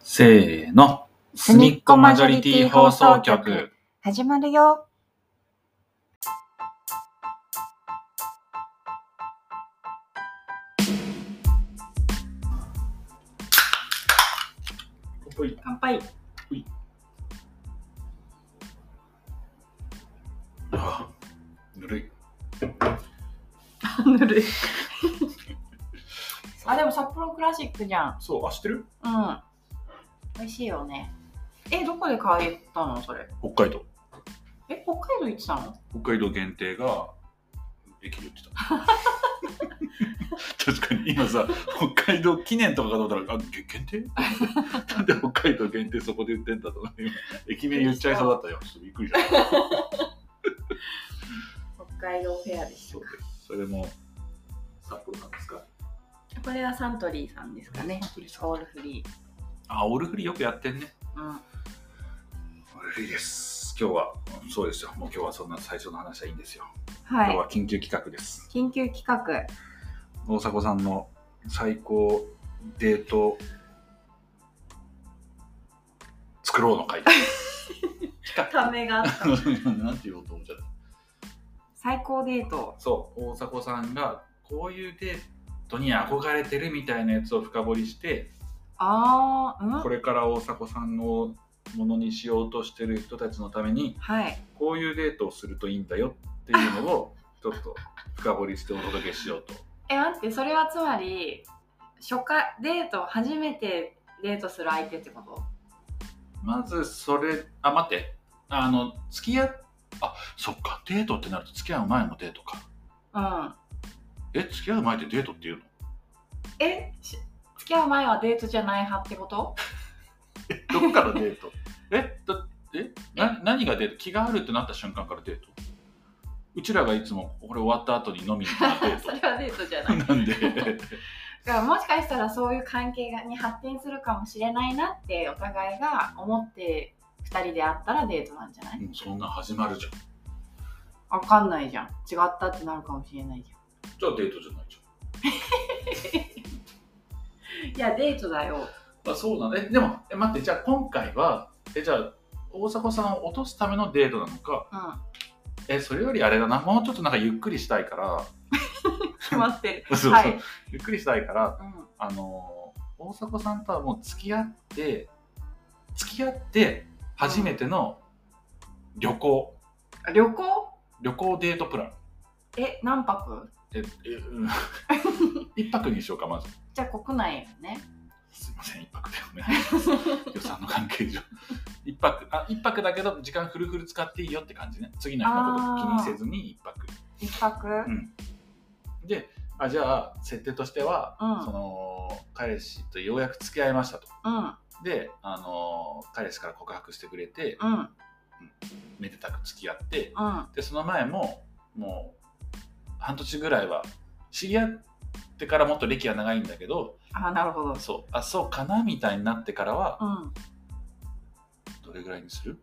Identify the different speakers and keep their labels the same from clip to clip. Speaker 1: せーの。すみっこマジョリティ放送局。
Speaker 2: 始まるよ。乾杯。
Speaker 1: あぬるい。
Speaker 2: ぬるい。 あ、でも札幌クラシックじゃん。
Speaker 1: そう、あ、知ってる
Speaker 2: うん。美味しいよね。え、どこで買えたのそれ。
Speaker 1: 北海道。
Speaker 2: え、北海道行ってたの
Speaker 1: 北海道限定が、駅で売って た。確かに今さ、北海道記念とかかと思ったら、あ、げ限 定なんで北海道限定そこで売ってんだとか、今駅名言っちゃ いそうだったよ。ちょっとびっくりした。
Speaker 2: 北海道フェアで
Speaker 1: そうです。それも、札幌なんですか
Speaker 2: た。これはサントリーさんですかね。
Speaker 1: サントリーさん
Speaker 2: オールフリー。
Speaker 1: あ、オールフリーよくやってんね。
Speaker 2: う
Speaker 1: オ
Speaker 2: ん。
Speaker 1: ールフリーです。今日は、そうですよ。もう今日はそんな最初の話はいいんですよ。
Speaker 2: は
Speaker 1: 今日
Speaker 2: い。
Speaker 1: は緊急企画です。
Speaker 2: 緊急企画。
Speaker 1: 大迫さんの最高デート作ろうの会
Speaker 2: ためがあった。
Speaker 1: なんて言おうと思っちゃった
Speaker 2: 最高デート。
Speaker 1: そう大迫さんがこういうデートに憧れてるみたいなやつを深掘りして
Speaker 2: あー、うん
Speaker 1: これから大迫さんのものにしようとしてる人たちのために
Speaker 2: はい。
Speaker 1: こういうデートをするといいんだよっていうのをちょっと深掘りしてお届けしようと
Speaker 2: え、待って、それはつまり、初回、デート、初めてデートする相手ってこと
Speaker 1: まずそれあ待ってあの付き合っあそっかデートってなると付き合う前もデートか
Speaker 2: うん。
Speaker 1: え付き合う前ってデートっていうの
Speaker 2: え、し付き合う前はデートじゃない派ってこと
Speaker 1: えどっからデート えだえな何がデート気があるってなった瞬間からデートうちらがいつもこれ終わった後に飲みに行ったらデ
Speaker 2: それ
Speaker 1: ー
Speaker 2: はデートじゃない。
Speaker 1: トなんで
Speaker 2: だからもしかしたらそういう関係がに発展するかもしれないなってお互いが思って2人で会ったらデートなんじゃない
Speaker 1: うんそんな始まるじゃん
Speaker 2: わかんないじゃん違ったってなるかもしれないじ
Speaker 1: じゃあデートじゃないじゃ
Speaker 2: ゃんいやデートだよ
Speaker 1: ん、まあ、そうだねでもえ待ってじゃあ今回はえじゃあ大迫さんを落とすためのデートなのか
Speaker 2: うん
Speaker 1: えそれよりあれだなもうちょっとなんかゆっくりしたいから
Speaker 2: 決まって
Speaker 1: そうそ
Speaker 2: る
Speaker 1: う
Speaker 2: はい、うん、
Speaker 1: ゆっくりしたいから、あのー大迫さんとはもう付き合って付き合って初めての旅行、
Speaker 2: あ旅行
Speaker 1: 旅行デートプラン
Speaker 2: え何泊
Speaker 1: ええうん 一泊にしようかまず
Speaker 2: じゃあ国内よね
Speaker 1: すいません一泊だよね 予算の関係上一泊あ一泊だけど時間フルフル使っていいよって感じね次の日のこと気にせずに一泊
Speaker 2: 一泊うん
Speaker 1: であじゃあ設定としては、
Speaker 2: うん
Speaker 1: その彼氏とようやく付き合いましたと
Speaker 2: うん
Speaker 1: で、あのー彼氏から告白してくれて、
Speaker 2: うん
Speaker 1: めでたく付き合って
Speaker 2: うん
Speaker 1: でその前ももう半年ぐらいは知り合ってからもっと歴は長いんだけど
Speaker 2: あなるほど
Speaker 1: そうあそうかなみたいになってからは
Speaker 2: うん
Speaker 1: どれぐらいにする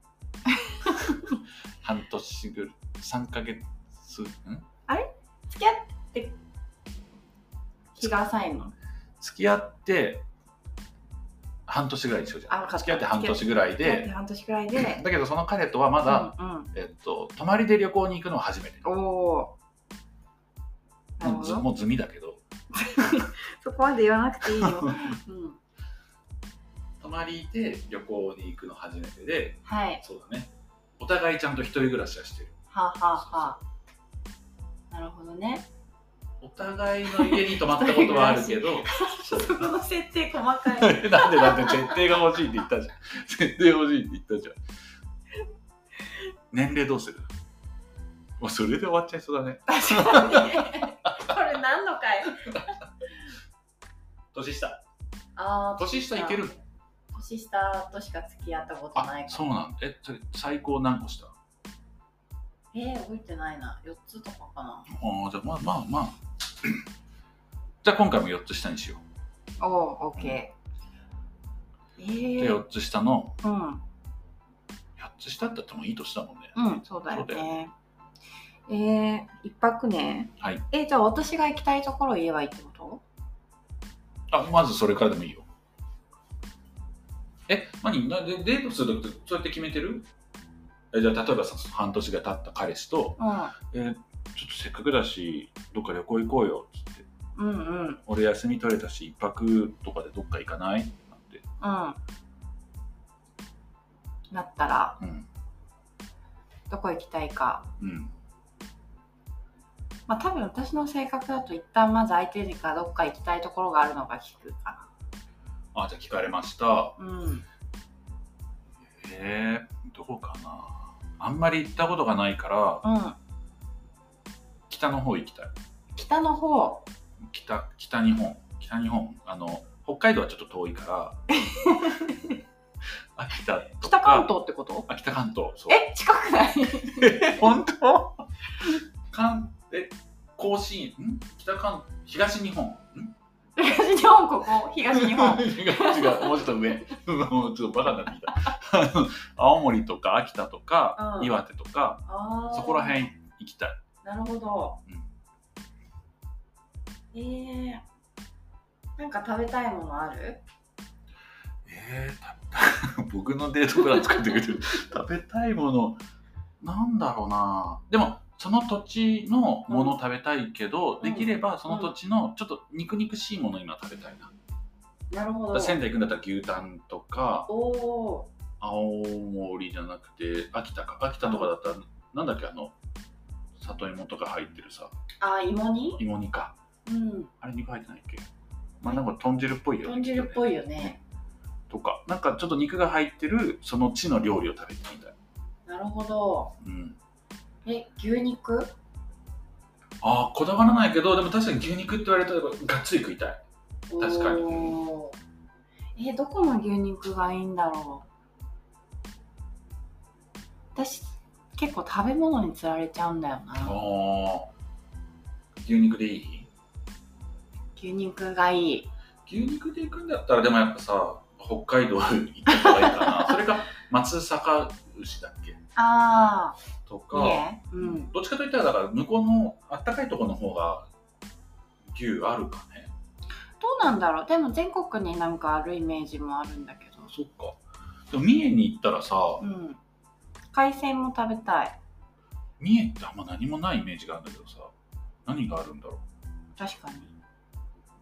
Speaker 1: 半年ぐらい3ヶ月ん
Speaker 2: 付き合って日が浅いの
Speaker 1: 付き合って半年ぐらいにしようじ
Speaker 2: あ
Speaker 1: ゃ
Speaker 2: わ
Speaker 1: ん
Speaker 2: かった
Speaker 1: 付き合って半年ぐらい
Speaker 2: 付き合って
Speaker 1: で
Speaker 2: 半年くらいで
Speaker 1: だけどその彼とはまだ、
Speaker 2: うんうん
Speaker 1: えっと、泊まりで旅行に行くのは初めて
Speaker 2: おおー。なる
Speaker 1: もう
Speaker 2: ほ
Speaker 1: ず
Speaker 2: ど。
Speaker 1: もう済みだけど
Speaker 2: そこまで言わなくてい いよ。うん。
Speaker 1: 泊まりで旅行に行くの初めてで
Speaker 2: はい。
Speaker 1: そうだねお互いちゃんと一人暮らしはしてる
Speaker 2: はあ、はあはあ、なるほど ね。
Speaker 1: お互いの家に泊まったことはあるけどそう
Speaker 2: そこの設定細かい。
Speaker 1: なんでだって設定が欲しいって言ったじゃん設定欲しいって言ったじゃん年齢どうするもうそれで終わっちゃいそうだね
Speaker 2: 確かに。これ何の 回
Speaker 1: 年下
Speaker 2: ああ。
Speaker 1: 年下いけるもん
Speaker 2: 年下としか付き合ったことな
Speaker 1: あ
Speaker 2: いか
Speaker 1: そうなんだえそれ最高何個したあ
Speaker 2: ら。えー、覚えてないな。4つとかかな。
Speaker 1: あじゃあまあまあまあじゃあ今回も4つ下にしよ
Speaker 2: おお、オッケー。
Speaker 1: う、
Speaker 2: え
Speaker 1: で
Speaker 2: えー。
Speaker 1: 4つ下の
Speaker 2: うん。
Speaker 1: 4つ下だったらもういい年だもんね
Speaker 2: うん、そうだよね。えー、一泊ね。
Speaker 1: はい。
Speaker 2: えー、じゃあ私が行きたいところ言えばいいってこと
Speaker 1: あまずそれからでもいいよえ、何なでデートするときってそうやって決めてるえじゃあ例えばさ半年が経った彼氏と「えちょっとせっかくだしどっか旅行行こうよ」っつって
Speaker 2: うんうんうんうん
Speaker 1: 「俺休み取れたし一泊とかでどっか行かない?」なんて、
Speaker 2: なったら
Speaker 1: うん
Speaker 2: どこ行きたいか
Speaker 1: うん、
Speaker 2: まあ多分私の性格だと一旦まず相手がどっか行きたいところがあるのが聞くか
Speaker 1: あじゃあ聞かれました
Speaker 2: なうん
Speaker 1: えー、どこかなあんまり行ったことがないから
Speaker 2: うん
Speaker 1: 北の方行きたい
Speaker 2: 北の方
Speaker 1: 北北日本北日本あの北海道はちょっと遠いから 秋田とか
Speaker 2: 北関東ってこと
Speaker 1: あ北関東そう
Speaker 2: え近くない
Speaker 1: え本当関え甲信ん北関東日本ん
Speaker 2: 東日本ここ東日 本
Speaker 1: 違う違うもうちょっと上もうちょっとバカになってきたあの青森とか秋田とか、
Speaker 2: うん
Speaker 1: 岩手とか
Speaker 2: あー
Speaker 1: そこら辺行きたい
Speaker 2: なるほど
Speaker 1: うん。
Speaker 2: えー、なんか食べたいものある
Speaker 1: えー、た 僕のデートプラン作ってくれてる食べたいものなんだろうなでもその土地のもの食べたいけど、
Speaker 2: うん
Speaker 1: できればその土地のちょっと肉々しいもの今食べたいな、
Speaker 2: なるほ
Speaker 1: だから仙台行くんだったら牛タンとか
Speaker 2: おお
Speaker 1: 青森じゃなくて秋田か秋田とかだったら、なんだっけあの里芋とか入ってるさ
Speaker 2: ー。あー、芋煮
Speaker 1: 芋煮か
Speaker 2: うん。
Speaker 1: あれ肉入ってないっけまあなんか豚汁っぽいよね
Speaker 2: 豚汁っ
Speaker 1: い
Speaker 2: ぽいよね。
Speaker 1: とかなんかちょっと肉が入ってるその地の料理を食べてみたい、
Speaker 2: なるほど。
Speaker 1: うん、
Speaker 2: え、牛肉
Speaker 1: ああこだわらないけどでも確かに牛肉って言われたらがっつり食いたい確かに
Speaker 2: おーえ、どこの牛肉がいいんだろう私、結構食べ物につられちゃうんだよ
Speaker 1: あ
Speaker 2: な。
Speaker 1: あ牛肉でいい
Speaker 2: 牛肉がいい。
Speaker 1: 牛肉で行くんだったらでもやっぱさ北海道行った方がいい かなそれか松阪牛だっけ
Speaker 2: あ
Speaker 1: と
Speaker 2: ー、
Speaker 1: か、
Speaker 2: いいえ。うん。
Speaker 1: どっちかといったらだから向こうのあったかいところの方が牛あるかね
Speaker 2: どうなんだろうでも全国になんかあるイメージもあるんだけど
Speaker 1: そっかでも三重に行ったらさ、
Speaker 2: うん海鮮も食べたい
Speaker 1: 三重ってあんま何もないイメージがあるんだけどさ何があるんだろ
Speaker 2: 確かに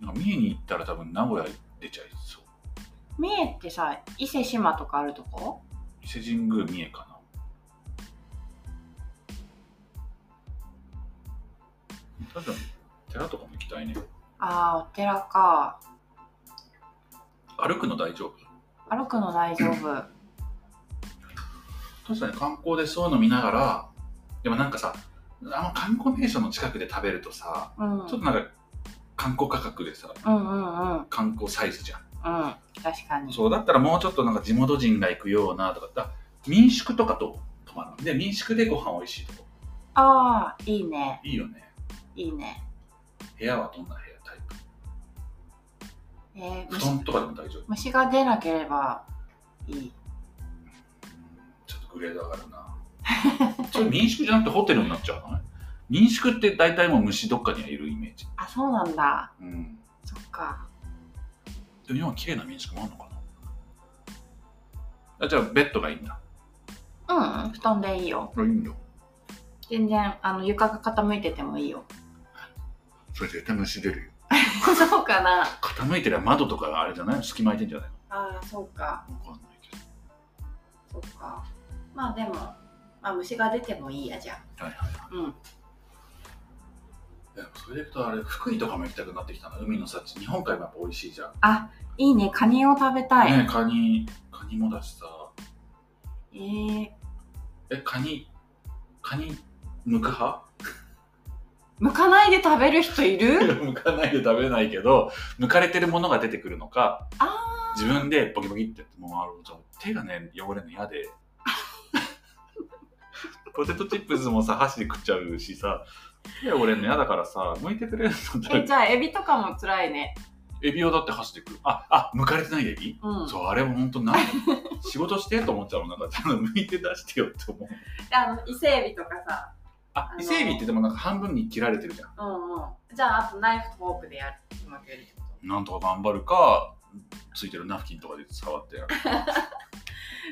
Speaker 1: うなんか三重に行ったら多分名古屋出ちゃいそう
Speaker 2: 三重ってさ伊勢志摩とかあるとこ
Speaker 1: 伊勢神宮三重かな多分寺とかも行きたいね
Speaker 2: あーお寺か
Speaker 1: 歩くの大丈夫
Speaker 2: 歩くの大丈夫
Speaker 1: 確かに観光でそういうの見ながらでもなんかさあの観光名所の近くで食べるとさ
Speaker 2: うん
Speaker 1: ちょっとなんか観光価格でさ
Speaker 2: うんうんうんうん
Speaker 1: 観光サイズじゃん
Speaker 2: 確かに
Speaker 1: そうだったらもうちょっとなんか地元人が行くようなとかだ民宿とかと泊まるで民宿でご飯美味しいとこ
Speaker 2: ああいいね
Speaker 1: いいよね
Speaker 2: いいね
Speaker 1: 部屋はどんな部屋タイプ布
Speaker 2: えー虫
Speaker 1: 団とかでも大丈夫
Speaker 2: 虫が出なければいい
Speaker 1: ちょっとグレード上がるな。 それ民宿じゃなくてホテルになっちゃうのね。民宿って大体もう虫どっかにはいるイメージ。
Speaker 2: あそうなんだ
Speaker 1: うん。
Speaker 2: そっか
Speaker 1: でも今綺麗な民宿もあるのかなあじゃあベッドがいいんだ。
Speaker 2: うんうん布団でいいよ
Speaker 1: いいんだ。
Speaker 2: 全然あの床が傾いててもいいよ
Speaker 1: それ絶対虫出るよ。
Speaker 2: そうかな
Speaker 1: 傾いてりゃ窓とかあれじゃない隙間空いてんじゃない
Speaker 2: ああそうか
Speaker 1: のわかんないけ
Speaker 2: そうかまあでも、まあ、虫が出てもいいやじゃあ
Speaker 1: ど。はいはいは
Speaker 2: うん
Speaker 1: い。いやそれでいくとあれ、福井とかも行きたくなってきたな。海の幸。日本海もやっぱ美味しいじゃん。
Speaker 2: いいねカニを食べたい、
Speaker 1: ねえカニ、カニもだしさ。
Speaker 2: えー、
Speaker 1: え、カニ、カニ、むく派
Speaker 2: 剥かないで食べる人 い
Speaker 1: い
Speaker 2: る
Speaker 1: や剥かないで食べないけど剥かれてるものが出てくるのか
Speaker 2: あ
Speaker 1: 自分でボキボキってやってもうあのちょっと手がね汚れるの嫌 でポテトチップスもさ箸で食っちゃうしさ手汚れるの嫌だからさ剥いてくれるのだ
Speaker 2: ーえじゃあエビとかも辛いね
Speaker 1: エビをだって箸で食うああ剥かれてないエビ、
Speaker 2: うん
Speaker 1: そうあれも本当なん仕事してと思っちゃうのなんか剥いて出してよって思う
Speaker 2: であの伊勢エビとかさ
Speaker 1: あ
Speaker 2: あの
Speaker 1: 伊勢エビってでもなんか半分に切られてるじゃん
Speaker 2: うんうんじゃああとナイフとフォークでやるうまくやるってこと
Speaker 1: なんとか頑張るかついてるナフキンとかで触って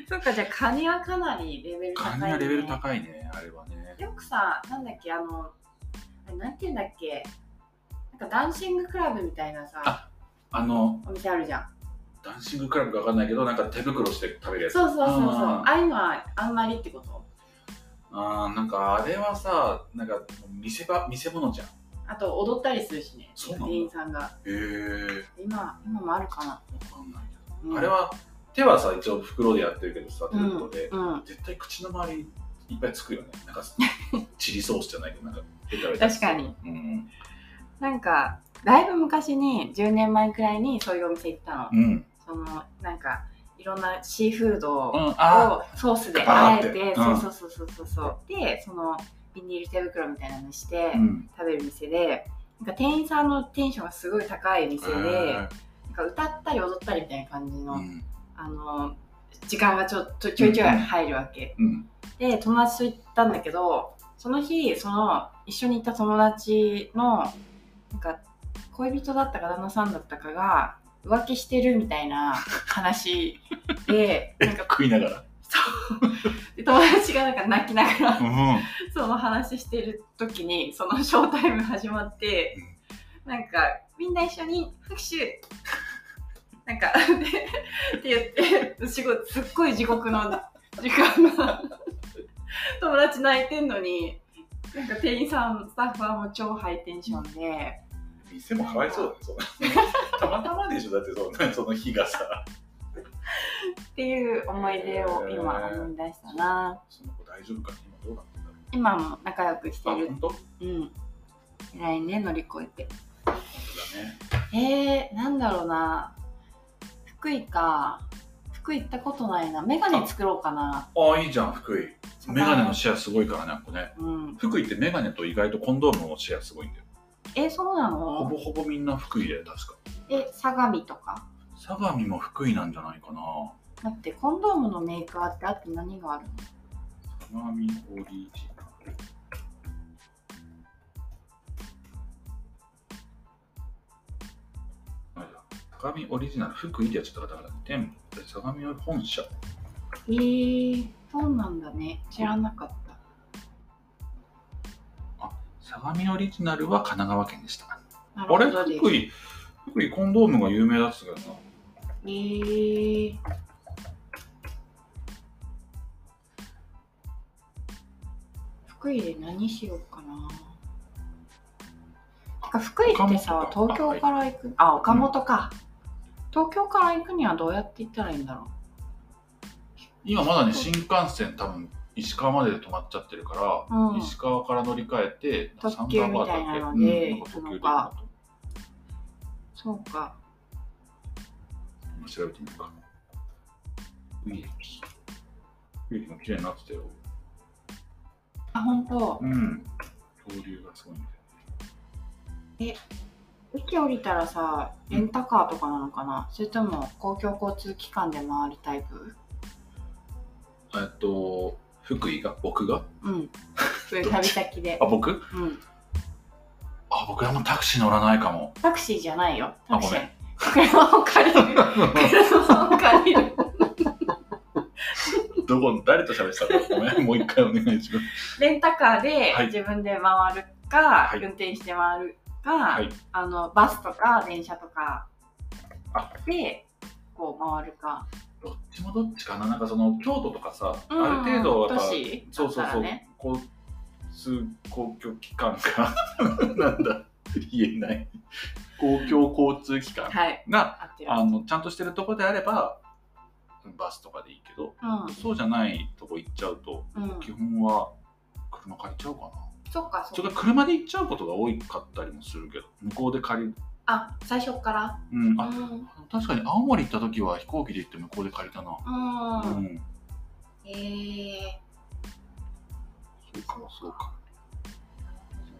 Speaker 2: そっかじゃあカニはかなりレベル高い、
Speaker 1: カ
Speaker 2: ね、
Speaker 1: ニはレベル高いねあれはね
Speaker 2: よくさなんだっけあのあれなんていうんだっけなんかダンシングクラブみたいなさ
Speaker 1: ああの
Speaker 2: お店あるじゃん
Speaker 1: ダンシングクラブか分かんないけどなんか手袋して食べるやつ
Speaker 2: そうそうそうそう
Speaker 1: あ
Speaker 2: あ
Speaker 1: ー
Speaker 2: あいうのはあんまりってこと
Speaker 1: あーなんかあれはさなんか見せ場見せ物じゃんへ
Speaker 2: あと踊ったりするしね
Speaker 1: そうなの
Speaker 2: 店員さんが
Speaker 1: えー、
Speaker 2: 今今もあるかな、
Speaker 1: 分かんないけど、
Speaker 2: うん
Speaker 1: あれは手はさ一応袋でやってるけどさ手袋で、
Speaker 2: うん
Speaker 1: 絶対口の周りいっぱいつくよねなん かチリソースじゃないけどなんかベタベタ
Speaker 2: 確かに
Speaker 1: うん
Speaker 2: なんかだいぶ昔に10年前くらいにそういうお店行ったの、
Speaker 1: うん
Speaker 2: そのなんかいろんなシーフードを
Speaker 1: ああ
Speaker 2: ソースであえ
Speaker 1: ガーって
Speaker 2: て、
Speaker 1: うん
Speaker 2: そうそうそうそうそうそうでそのビニール手袋みたいなのにして
Speaker 1: うん
Speaker 2: 食べる店でなんか店員さんのテンションがすごい高い店で、
Speaker 1: え
Speaker 2: なんか歌ったり踊ったりみたいな感じの、
Speaker 1: ーうん
Speaker 2: あの時間がちょっとちょいちょい入るわけ、
Speaker 1: うん
Speaker 2: で友達と行ったんだけどその日その一緒に行った友達のなんか恋人だったか旦那さんだったかが浮気してるみたいな話でなんか
Speaker 1: 食いながら
Speaker 2: で友達がなんか泣きながら
Speaker 1: うん
Speaker 2: その話してる時にそのショータイム始まってなんかみんな一緒に拍手 なんかでって言ってすごいすっごい地獄の時間が友達泣いてんのになんか店員さんスタッフはもう超ハイテンションで
Speaker 1: 店もかわいそうだよそんなたまたまでしょだってそんなその日がさ
Speaker 2: っていう思い出を今思い出したな
Speaker 1: その子大丈夫か今どうなってんだろう
Speaker 2: 今も仲良くして
Speaker 1: あ
Speaker 2: る
Speaker 1: 本当本
Speaker 2: うん偉いね乗り越えて
Speaker 1: 当だね
Speaker 2: えー、なんだろうな福井か福井行ったことないなメガネ作ろうかな
Speaker 1: ああいいじゃん福井メガネのシェアすごいからねあっこね
Speaker 2: うん
Speaker 1: 福井ってメガネと意外とコンドームのシェアすごいんだよ
Speaker 2: えそうな
Speaker 1: ほ
Speaker 2: の
Speaker 1: ぼほぼみんな福井で確か
Speaker 2: え相模とか
Speaker 1: 相模も福井なんじゃないかな
Speaker 2: だってコンドームのメーカーってあと何があるの
Speaker 1: 相模オリジナルあれだ相模オリジナル福井でやっちゃったからね店舗で相模本社
Speaker 2: えー、そうなんだね知らなかった
Speaker 1: 相模オリジナルは神奈川県でした
Speaker 2: な
Speaker 1: あれ
Speaker 2: るほどです
Speaker 1: 福井福井コンドームが有名だったけどな
Speaker 2: えー、福井で何しようかなてか福井ってさ
Speaker 1: 岡本か
Speaker 2: 東京から行くあ岡本か、東京から行くにはどうやって行ったらいいんだろ
Speaker 1: 今まだね新幹線多分石川までで止まっちゃってるか
Speaker 2: う、
Speaker 1: ら、
Speaker 2: うん、
Speaker 1: 石川から乗り換えて
Speaker 2: 特急みたいなので
Speaker 1: うんなんか特急で行くの
Speaker 2: なん
Speaker 1: か
Speaker 2: そうか
Speaker 1: 今調べてみるか海でき海も綺麗になってたよ
Speaker 2: あ本当
Speaker 1: うん恐竜がすごいんだよ
Speaker 2: 駅降りたらさレンタカーとかなのかな、それとも公共交通機関で回るタイプ
Speaker 1: えっと福井が僕が
Speaker 2: うんそういう旅先で
Speaker 1: あ、僕
Speaker 2: うん、
Speaker 1: あ僕あんまタクシー乗らないか も
Speaker 2: タクシーじゃないよタクシー
Speaker 1: あ
Speaker 2: 車を借りる車を借りる
Speaker 1: どこ誰と喋ってたのごめんもう一回お願いします
Speaker 2: レンタカーで
Speaker 1: はい
Speaker 2: 自分で回るか、
Speaker 1: い
Speaker 2: 運転して回るか、
Speaker 1: はい
Speaker 2: あのバスとか電車とか
Speaker 1: あ
Speaker 2: でこう回るか、
Speaker 1: どっちもどっちかななんかその京都とかさ、
Speaker 2: うん
Speaker 1: ある程度はやっぱ
Speaker 2: 都市
Speaker 1: そうそう
Speaker 2: だった
Speaker 1: そう、
Speaker 2: らね
Speaker 1: 交通公共機関か なんだ言えない公共交通機関
Speaker 2: はい
Speaker 1: が
Speaker 2: 合ってる
Speaker 1: あのちゃんとしてるとこであればバスとかでいいけどそうじゃないとこ行っちゃうと
Speaker 2: うん、うん
Speaker 1: 基、本は車借りちゃうかな
Speaker 2: そっか
Speaker 1: ち
Speaker 2: そ
Speaker 1: ょ
Speaker 2: っ
Speaker 1: っ
Speaker 2: か
Speaker 1: と車で行っちゃうことが多かったりもするけど向こうで借りる
Speaker 2: あ最初から
Speaker 1: うん
Speaker 2: う
Speaker 1: あ
Speaker 2: んうん
Speaker 1: 確かに青森行った時は飛行機で行って向こうで借りたなうん
Speaker 2: えー
Speaker 1: そうかもそうか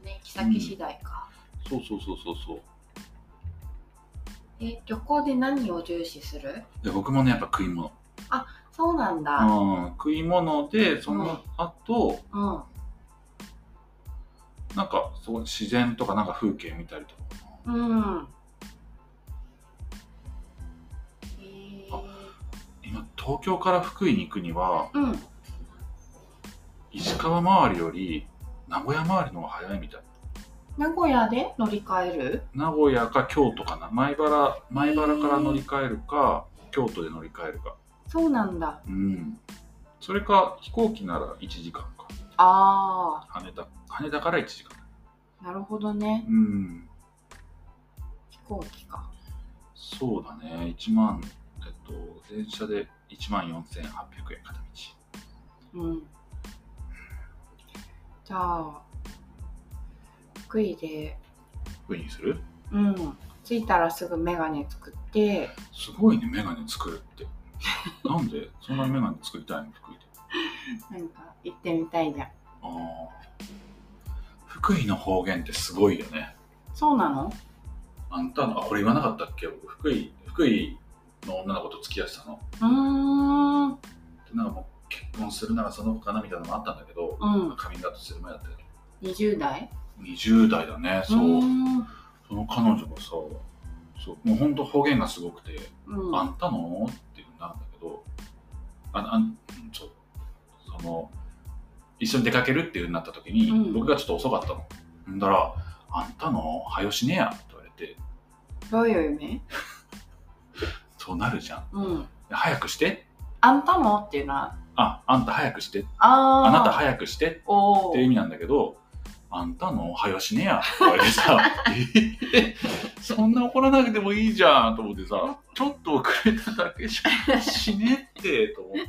Speaker 2: ね、行き先次第か、
Speaker 1: そうそうそうそうそう
Speaker 2: え旅行で何を重視する
Speaker 1: で僕もねやっぱ食い物、
Speaker 2: そうなん
Speaker 1: う
Speaker 2: だ、
Speaker 1: ん、食い物でその後、
Speaker 2: うん
Speaker 1: なんかすごい自然とかなんか風景見たりとか
Speaker 2: うん。
Speaker 1: 東京から福井に行くには
Speaker 2: うん
Speaker 1: 石川周りより名古屋周りの方が早いみたい
Speaker 2: 名古屋で乗り換える
Speaker 1: 名古屋か京都かな前原前原から乗り換えるか京都で乗り換えるか
Speaker 2: そうなんだ
Speaker 1: うんそれか飛行機なら1時間か
Speaker 2: あ
Speaker 1: 羽田羽田から1時間
Speaker 2: あなるほどね
Speaker 1: うん
Speaker 2: 飛行機か
Speaker 1: そうだね、1万、えっと、電車で1万4800円片道。
Speaker 2: うんじゃあ福井で
Speaker 1: ウィンする
Speaker 2: うん着いたらすぐメガネ作って
Speaker 1: すごいね、メガネ作る って。なんでそんなメガネ作りたいの福井で。
Speaker 2: なんか行ってみたいじゃん
Speaker 1: ああ。福井の方言ってすごいよね。
Speaker 2: そうなの
Speaker 1: あんたの、あ、これ言わなかったっけ僕、福井、福井の女の子と付き合ってたの。
Speaker 2: うーん
Speaker 1: でなんかもう結婚するならその子かなみたいなのもあったんだけど、
Speaker 2: うん
Speaker 1: カミングアウトする前だったよね。
Speaker 2: 20代
Speaker 1: 20代だね、そう。
Speaker 2: ーん
Speaker 1: その彼女がさ、そうもう本当方言がすごくて、
Speaker 2: うん
Speaker 1: あんたのってなるんだけど、ああんうんそうその一緒に出かけるっていう風になった時に、
Speaker 2: うん
Speaker 1: 僕がちょっと遅かったの。んだら、あんたの早よしねやって言われて、
Speaker 2: どういう意味
Speaker 1: そうなるじゃん。
Speaker 2: うん
Speaker 1: 早くして、
Speaker 2: あんたもっていうのは
Speaker 1: あ、あんた早くして、
Speaker 2: あー
Speaker 1: あなた早くして
Speaker 2: おお
Speaker 1: っていう意味なんだけど、あんたの早よしねやって言われてさ、えそんな怒らなくてもいいじゃんと思ってさ、ちょっと遅れただけじゃ死ねってと思って、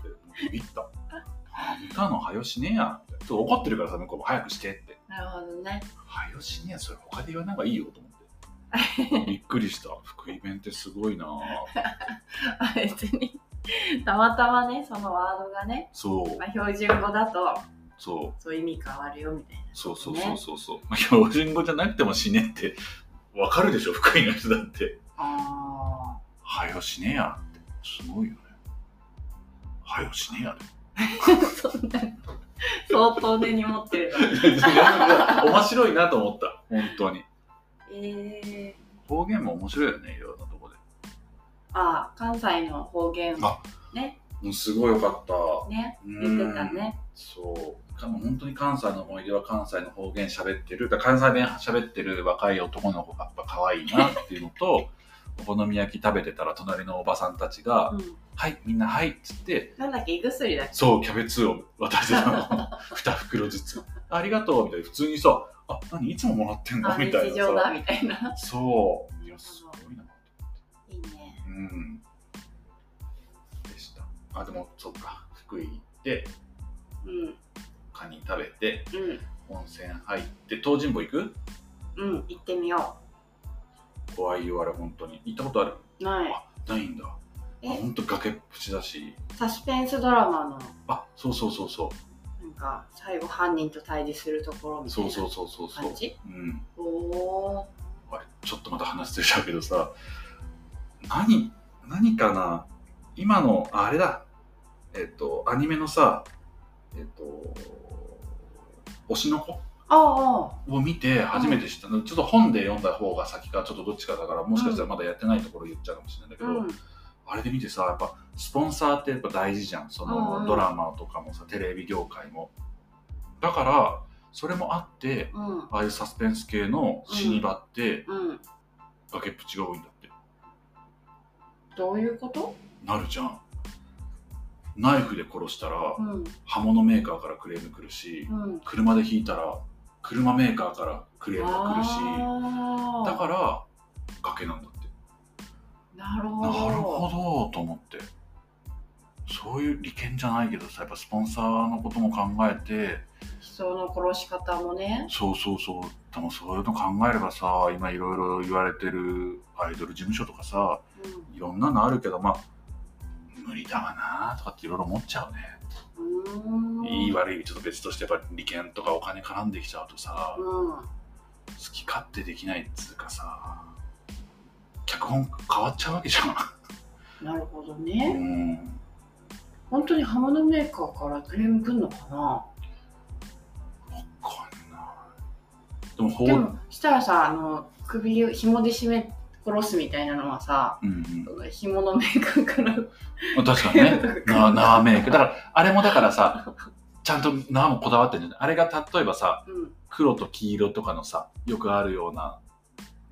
Speaker 1: ビビった。あんたの早よしねやって。ちょっと怒ってるからさ、向こうも早くしてって。
Speaker 2: なるほどね
Speaker 1: 早よしねや、それ他で言わない方がいいよと思って。びっくりした。福井弁ってすごいなぁ
Speaker 2: あ別にたまたまねそのワードがね、
Speaker 1: そう
Speaker 2: ま、あ、標準語だと
Speaker 1: そう、
Speaker 2: そういう意味変わるよみたいな
Speaker 1: そうそうそうそうそう。まあ標準語じゃなくても死ねって、わかるでしょ、福井の人だって。
Speaker 2: あ
Speaker 1: はよしねやってすごいよねはよしねやで
Speaker 2: あ そんな相当根に持ってる
Speaker 1: 面白いなと思った本当に
Speaker 2: ええ
Speaker 1: 方言も面白いよねいろんなとこで
Speaker 2: ああ関西の方言
Speaker 1: あもうすごいよかった
Speaker 2: ね
Speaker 1: う
Speaker 2: 言
Speaker 1: ん
Speaker 2: ってたね
Speaker 1: そうかもう本当に関西の思い出は関西の方言喋ってるだから関西弁喋ってる若い男の子がやっぱ可愛いなっていうのと お好み焼き食べてたら隣のおばさんたちが
Speaker 2: うん
Speaker 1: 「はいみんなはい」っつって
Speaker 2: なんだっけ胃薬だっけ
Speaker 1: そう、キャベツを渡して たの。2袋ずつ。ありがとうみたいな。普通にさ、あ、何いつももらってんの
Speaker 2: あ
Speaker 1: みたい
Speaker 2: 日常だ
Speaker 1: なさ。
Speaker 2: みたいな
Speaker 1: そう。いや、すごいな。
Speaker 2: いいね
Speaker 1: うん。でした。あ、でも、そっか。福井行って、
Speaker 2: うん
Speaker 1: カニ食べて、
Speaker 2: うん
Speaker 1: 温泉入って、東尋坊行く
Speaker 2: うん行ってみよ
Speaker 1: 怖いよ、あれ、本当に。行ったことある
Speaker 2: うな
Speaker 1: あ、ないんだ。あ
Speaker 2: え
Speaker 1: 本当崖っぷちだし。
Speaker 2: いサスペンスドラマの
Speaker 1: あ、そうそうそうそ
Speaker 2: なんか最後犯人と対峙するところ
Speaker 1: う。
Speaker 2: みたい
Speaker 1: そう
Speaker 2: な
Speaker 1: そうそうそうそう
Speaker 2: 感。じ
Speaker 1: うん。
Speaker 2: おお
Speaker 1: あれちょっとまた話してゃうけどさ何何かな今のああれだえっ、とアニメのさえっ、と推しの子
Speaker 2: ああ
Speaker 1: を見て初めて知ったの、ちょっと本で読んだ方が先かちょっとどっちかだからもしかしたらまだやってないところ言っちゃうかもしれないんだけ
Speaker 2: う
Speaker 1: ど、
Speaker 2: ん
Speaker 1: あれで見てさやっぱスポンサーってやっぱ大事じゃんそ
Speaker 2: うんう
Speaker 1: の
Speaker 2: ん
Speaker 1: ドラマとかもさテレビ業界もだからそれもあって
Speaker 2: うん
Speaker 1: ああいうサスペンス系の死に場って
Speaker 2: うん
Speaker 1: 崖っぷちが多いんだって
Speaker 2: どういうこと
Speaker 1: なるじゃんナイフで殺したら
Speaker 2: うん
Speaker 1: 刃物メーカーからクレーム来るし
Speaker 2: うん
Speaker 1: 車で引いたら車メーカーからクレームが来るし
Speaker 2: あ
Speaker 1: だ
Speaker 2: あ
Speaker 1: から崖なんだって
Speaker 2: なるほ
Speaker 1: な
Speaker 2: ど
Speaker 1: るほどと思ってそういう利権じゃないけどさやっぱスポンサーのことも考えて
Speaker 2: 人の殺し方もね
Speaker 1: そうそうそうでもそういうの考えればさ今いろいろ言われてるアイドル事務所とかさ
Speaker 2: う
Speaker 1: いろんなのあるけどまあ無理だわなとかっていろいろ思っちゃうね
Speaker 2: んうーん
Speaker 1: いい悪いちょっと別としてやっぱ利権とかお金絡んできちゃうとさ、好
Speaker 2: う
Speaker 1: き勝手できないっつうかさ脚本変わっちゃうわけじゃ
Speaker 2: んなるほど
Speaker 1: ん。う
Speaker 2: ね
Speaker 1: ん
Speaker 2: 本当に刃物メーカーからクレーム来んのかな
Speaker 1: わかんない。でも法
Speaker 2: でもしたらさあの首を紐で絞め殺すみたいなのはさ
Speaker 1: うんうん
Speaker 2: その紐のメーカーから
Speaker 1: まあ確かにね。な縄メイク。だから、あれもだからさ、ちゃんと縄もこだわってるんじゃないあれが例えばさ、
Speaker 2: うん
Speaker 1: 黒と黄色とかのさ、よくあるような、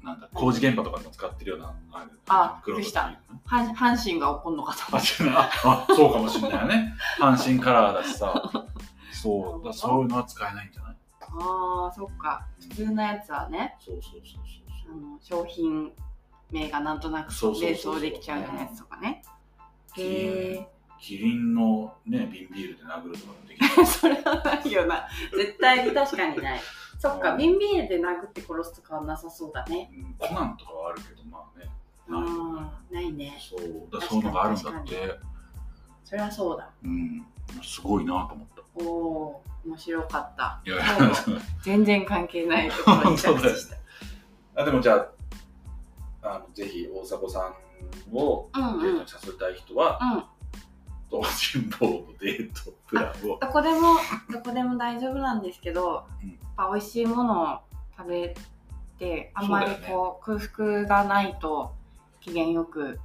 Speaker 1: なんだ、工事現場とかでも使ってるような、あれ
Speaker 2: あ
Speaker 1: 黒と黄色
Speaker 2: びっ阪阪神が怒んのかと
Speaker 1: あ
Speaker 2: 思っ
Speaker 1: 違うなあそうかもしれないよね。阪神カラーだしさ、そう、だからそういうのは使えないんじゃない
Speaker 2: たあーそっか普通のやつはね
Speaker 1: そうそうそう
Speaker 2: あの商品名がなんとなく
Speaker 1: そうそうそう
Speaker 2: 連想できちゃうようなやつとかね
Speaker 1: そう。
Speaker 2: へ
Speaker 1: キリン
Speaker 2: え
Speaker 1: キリンのね、瓶ビールで殴るとかもできない。
Speaker 2: それはないよな絶対に確かにないそっか瓶ビールで殴って殺すとかはなさそうだね
Speaker 1: うんコナンとかはあるけど、まあね、ないよね。
Speaker 2: あーないね
Speaker 1: そう、だからそういうのがあるんだっ
Speaker 2: 確かに
Speaker 1: て。
Speaker 2: それはそうだ
Speaker 1: うん、すごいなと思った。
Speaker 2: おおー面白かった
Speaker 1: いや
Speaker 2: そう全然関係ないところに着地した
Speaker 1: あでもじゃああのぜひ大迫さんを
Speaker 2: うん
Speaker 1: デ
Speaker 2: うん
Speaker 1: ートに誘いたい人は、
Speaker 2: うん
Speaker 1: 東尋坊のデートプランを
Speaker 2: どこでもどこでも大丈夫なんですけど、
Speaker 1: うん
Speaker 2: やっぱ美味しいものを食べてあんまり
Speaker 1: そうだ
Speaker 2: こう、空腹がないと機嫌よく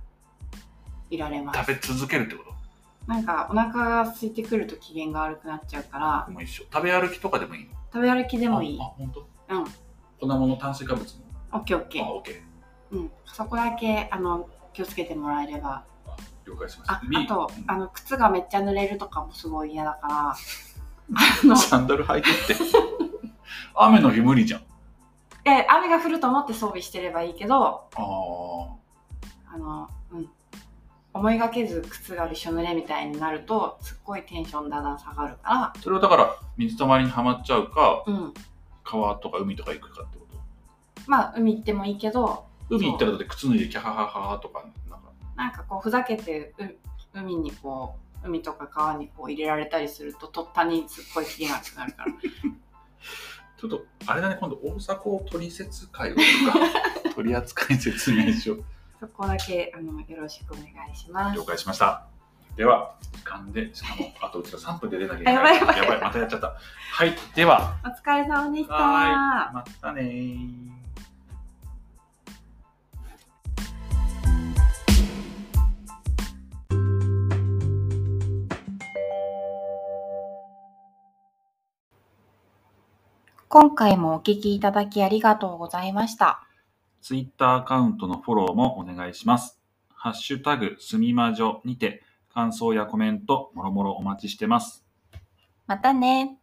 Speaker 2: いられます
Speaker 1: 食べ続けるってこと
Speaker 2: なんかお腹が空いてくると機嫌が悪くなっちゃうから
Speaker 1: でも一緒食べ歩きとかでもいいの
Speaker 2: 食べ歩きでもいい
Speaker 1: ああ本当
Speaker 2: うん
Speaker 1: 粉物炭水化物も
Speaker 2: オッケーオッケ
Speaker 1: あ
Speaker 2: ー、
Speaker 1: オッケ
Speaker 2: うん、そこだけあの気をつけてもらえれば
Speaker 1: ー了解しました
Speaker 2: ああと
Speaker 1: うん
Speaker 2: あの靴がめっちゃ濡れるとかもすごい嫌だからあの
Speaker 1: サンダル履いてって 雨の日無理じゃんあ
Speaker 2: え雨が降ると思って装備してればいいけど
Speaker 1: あ
Speaker 2: あの、うん。思いがけず靴がびしょ濡れみたいになると、すっごいテンションだんだん下がるか、
Speaker 1: それはだから水たまりにはまっちゃうから
Speaker 2: うん。
Speaker 1: 川とか海とか行くかってこと
Speaker 2: まあ、海行ってもいいけど、
Speaker 1: 海行ったらだって靴脱いでキャハハハとかなんか
Speaker 2: なんかこう、ふざけて、う海にこう、海とか川にこう入れられたりすると、とったにすっごい気が悪くなるから。
Speaker 1: ちょっとあれだね今度大阪取説会をとか 取扱説明書
Speaker 2: そこだけ、あの、よろしくお願いします。
Speaker 1: 了解しましたでは時間でしか もあとうちら3分で出なきゃいけない
Speaker 2: やばいやばい
Speaker 1: またやっちゃったはいでは
Speaker 2: お疲れ様でした。
Speaker 1: はまたねー
Speaker 2: 今回もお聞きいただきありがとうございました。
Speaker 1: ツイッターアカウントのフォローもお願いします。ハッシュタグすみまじょにて感想やコメントもろもろお待ちしてます。
Speaker 2: またね。